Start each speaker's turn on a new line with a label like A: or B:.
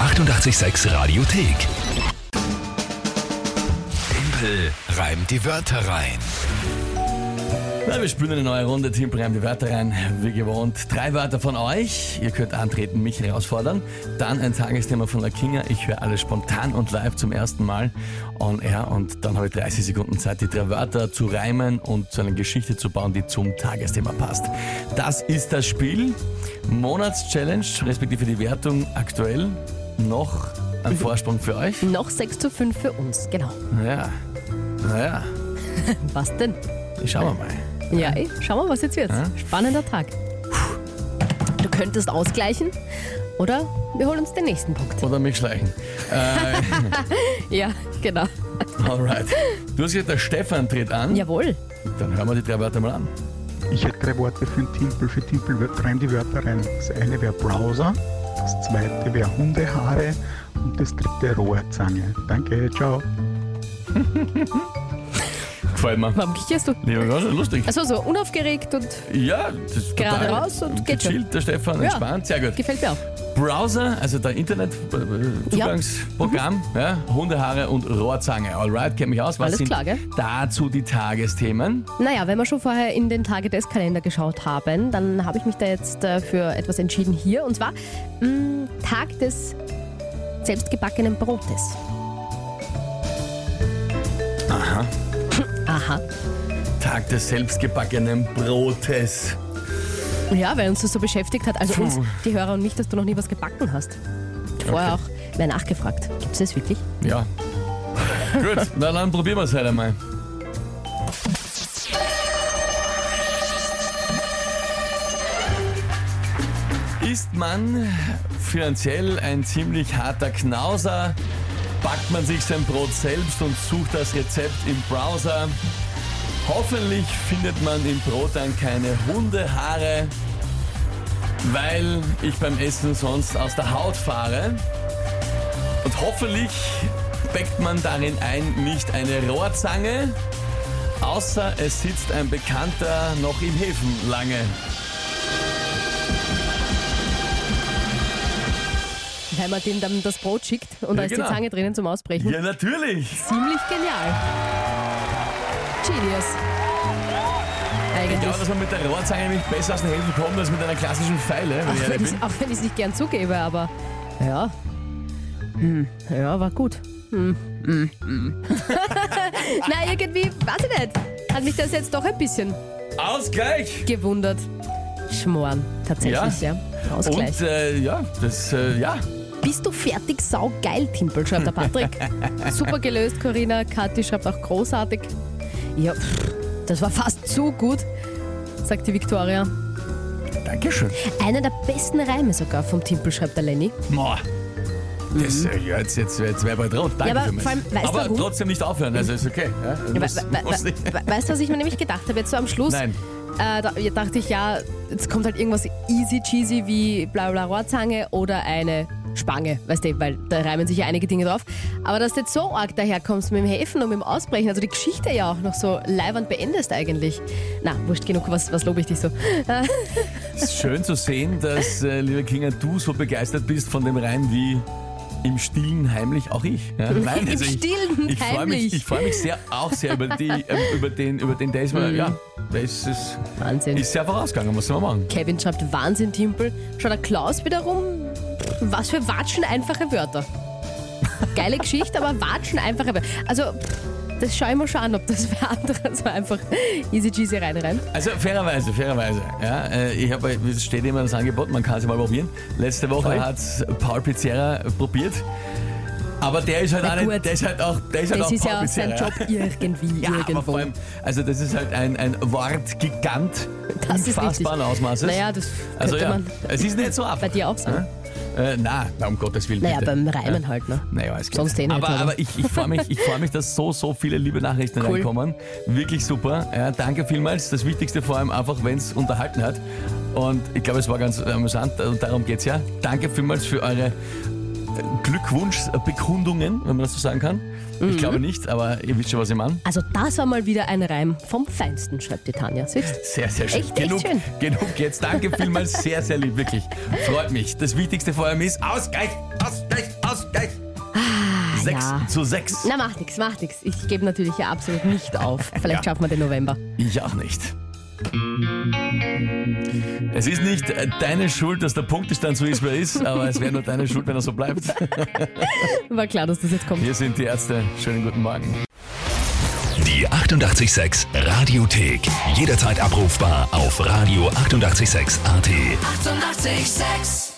A: 886 Radiothek. Tempel reimt die Wörter rein.
B: Na, wir spielen eine neue Runde. Team Prime die Wörter rein. Wie gewohnt, drei Wörter von euch. Ihr könnt antreten, mich herausfordern. Dann ein Tagesthema von der Kinga. Ich höre alles spontan und live zum ersten Mal on air. Und dann habe ich 30 Sekunden Zeit, die drei Wörter zu reimen und zu einer Geschichte zu bauen, die zum Tagesthema passt. Das ist das Spiel. Monatschallenge, respektive die Wertung aktuell. Noch ein Vorsprung für euch.
C: Noch 6 zu 5 für uns, genau.
B: Naja, naja,
C: Was denn?
B: schauen wir mal.
C: Ja, ey, schauen wir, was jetzt wird. Spannender Tag. Du könntest ausgleichen oder wir holen uns den nächsten Punkt.
B: Oder mich schleichen.
C: Ja, genau.
B: Alright. Du hast gesagt, der Stefan tritt an.
C: Jawohl.
B: Dann hören wir die drei Wörter mal an.
D: Ich hätte drei Worte für den Timpel. Für Timpel wör- reim die Wörter rein. Das eine wäre Browser, das zweite wäre Hundehaare und das dritte Rohrzange. Danke, ciao.
B: Gefällt mir.
C: Warum kicherst du?
B: Lieber Gott, lustig.
C: Also so unaufgeregt und
B: Ja, das ist
C: Gerade
B: total
C: raus und geht
B: gechillt, der Stefan,
C: Ja.
B: entspannt, sehr gut.
C: gefällt mir auch.
B: Browser, also der Internetzugangsprogramm, ja. Hundehaare und Rohrzange. Alright, kenn mich aus. Was
C: Alles
B: sind
C: klar, gell?
B: dazu die Tagesthemen?
C: Naja, wenn wir schon vorher in den Tage des Kalender geschaut haben, dann habe ich mich da jetzt äh, für etwas entschieden hier. Und zwar mh, Tag des selbstgebackenen Brotes.
B: Aha.
C: Aha.
B: Tag des selbstgebackenen Brotes.
C: Ja, weil uns das so beschäftigt hat. Also
B: Puh.
C: uns, die Hörer und mich, dass du noch nie was gebacken hast. Ich hab Vorher auch wer nachgefragt. Gibt es das wirklich?
B: Ja. gut, na dann probieren wir es halt einmal. Ist man finanziell ein ziemlich harter Knauser, backt man sich sein Brot selbst und sucht das Rezept im Browser. Hoffentlich findet man im Brot dann keine Hundehaare, weil ich beim Essen sonst aus der Haut fahre. Und hoffentlich beckt man darin ein, nicht eine Rohrzange, außer es sitzt ein Bekannter noch im Häfen lange.
C: Weil man denen dann das Brot schickt und
B: Ja,
C: da ist
B: genau.
C: die Zange drinnen zum Ausbrechen.
B: Ja, natürlich.
C: Ziemlich genial. Genius.
B: Ich
C: Eigentlich.
B: glaube, dass man mit der Rohrzange nicht besser aus den Häfen kommt als mit einer klassischen Pfeile, wenn ich
C: Auch wenn,
B: ehrlich
C: ich,
B: bin.
C: auch wenn ich es nicht gern zugebe, aber ja. Hm, ja, war gut. Hm, hm, hm. Na, irgendwie, weiß ich nicht. Hat mich das jetzt doch ein bisschen
B: Ausgleich!
C: gewundert. Schmoren, tatsächlich, ja. Ausgleich.
B: Und äh, ja, das, äh, ja,
C: Bist du fertig? Saugeil, Timpel, schreibt der Patrick. Super gelöst, Corinna. Kathi schreibt auch großartig. Ja, pff, das war fast zu gut, sagt die Viktoria.
B: Dankeschön.
C: Einer der besten Reime sogar vom Timpel, schreibt der Lenny.
B: Boah. Das, äh, ja, jetzt, jetzt, jetzt wäre bald rot. Danke
C: Ja, aber
B: für mich.
C: vor allem, weißt du
B: aber
C: warum?
B: trotzdem nicht aufhören, also ist okay. Ja?
C: Ja,
B: Muss-
C: we- we-
B: muss nicht.
C: we- we- weißt du, was ich mir nämlich gedacht habe? Jetzt so am Schluss
B: Nein.
C: Äh, da ja, dachte ich, ja, jetzt kommt halt irgendwas easy cheesy wie bla bla Rohrzange oder eine Spange, weißt du, weil da reimen sich ja einige Dinge drauf. Aber dass du jetzt so arg daherkommst mit dem Häfen und mit dem Ausbrechen, also die Geschichte ja auch noch so leiwand beendest eigentlich. Na, wurscht genug, was, was lobe ich dich so?
B: Es ist schön zu sehen, dass, äh, lieber Kinga, du so begeistert bist von dem Reim wie im Stillen heimlich auch ich. Ja? Nein, also
C: Im
B: ich,
C: Stillen
B: ich freue mich,
C: heimlich.
B: ich freue mich sehr, auch sehr über, die, ähm, über den, über den, der ist
C: Mhm.
B: mir, ja, der ist, ist,
C: Wahnsinn.
B: ist sehr vorausgegangen, was soll man machen?
C: Kevin schreibt Wahnsinn, Timpel. Schaut der Klaus wiederum, pff, was für Watschen einfache Wörter. Geile Geschichte, aber Watschen einfache Wörter. Also, pff, das schaue ich mir schon an, ob das wer anderes so einfach easy cheesy reinreimt.
B: Also fairerweise, fairerweise. Ja, äh, ich habe, es steht immer das Angebot, man kann es ja mal probieren. Letzte Woche
C: Voll.
B: hat's Paul Pizzerra probiert, aber der ist halt
C: Na
B: auch, nicht,
C: gut.
B: der ist halt auch, der ist halt
C: Das
B: auch
C: ist
B: Paul
C: ja sein
B: Pizzerra.
C: Job irgendwie,
B: Ja, aber
C: irgendwo.
B: vor allem, also das ist halt ein, ein Wortgigant
C: Das ist
B: unfassbaren
C: richtig.
B: Ausmaßes.
C: Naja, das könnte
B: also ja,
C: man
B: es ist nicht so einfach.
C: bei dir auch sagen.
B: Äh, na, na, um Gottes Willen.
C: Naja,
B: bitte.
C: beim Reimen halt, ne?
B: Naja, es geht.
C: Sonst eh nicht,
B: aber
C: oder?
B: aber ich, ich freue mich, ich freu mich, dass so, so viele liebe Nachrichten
C: Cool.
B: reinkommen. Wirklich super. Ja, danke vielmals. Das Wichtigste vor allem einfach, wenn es unterhalten hat. Und ich glaube, es war ganz amüsant und darum geht es ja. Danke vielmals für eure Glückwunschbekundungen, wenn man das so sagen kann.
C: Mhm.
B: Ich glaube nicht, aber ihr wisst schon, was ich meine.
C: Also das war mal wieder ein Reim vom Feinsten, schreibt die Tanja. Siehst?
B: Sehr, sehr schön.
C: Echt, echt
B: genug,
C: schön.
B: genug jetzt. Danke vielmals. Sehr, sehr lieb, wirklich. Freut mich. Das Wichtigste vor allem ist Ausgleich, Ausgleich, Ausgleich. Sechs
C: Ah, ja.
B: zu sechs.
C: Na, macht nichts, macht nichts. Ich gebe natürlich ja absolut nicht auf. Vielleicht
B: Ja.
C: schaffen wir den November.
B: Ich auch nicht. Es ist nicht äh, deine Schuld, dass der Punktestand so ist, wie er ist, aber es wäre nur deine Schuld, wenn er so bleibt.
C: War klar, dass das jetzt kommt.
B: Hier sind die Ärzte. Schönen guten Morgen.
A: Die 886 Radiothek. Jederzeit abrufbar auf radio886.at. 886!
E: 886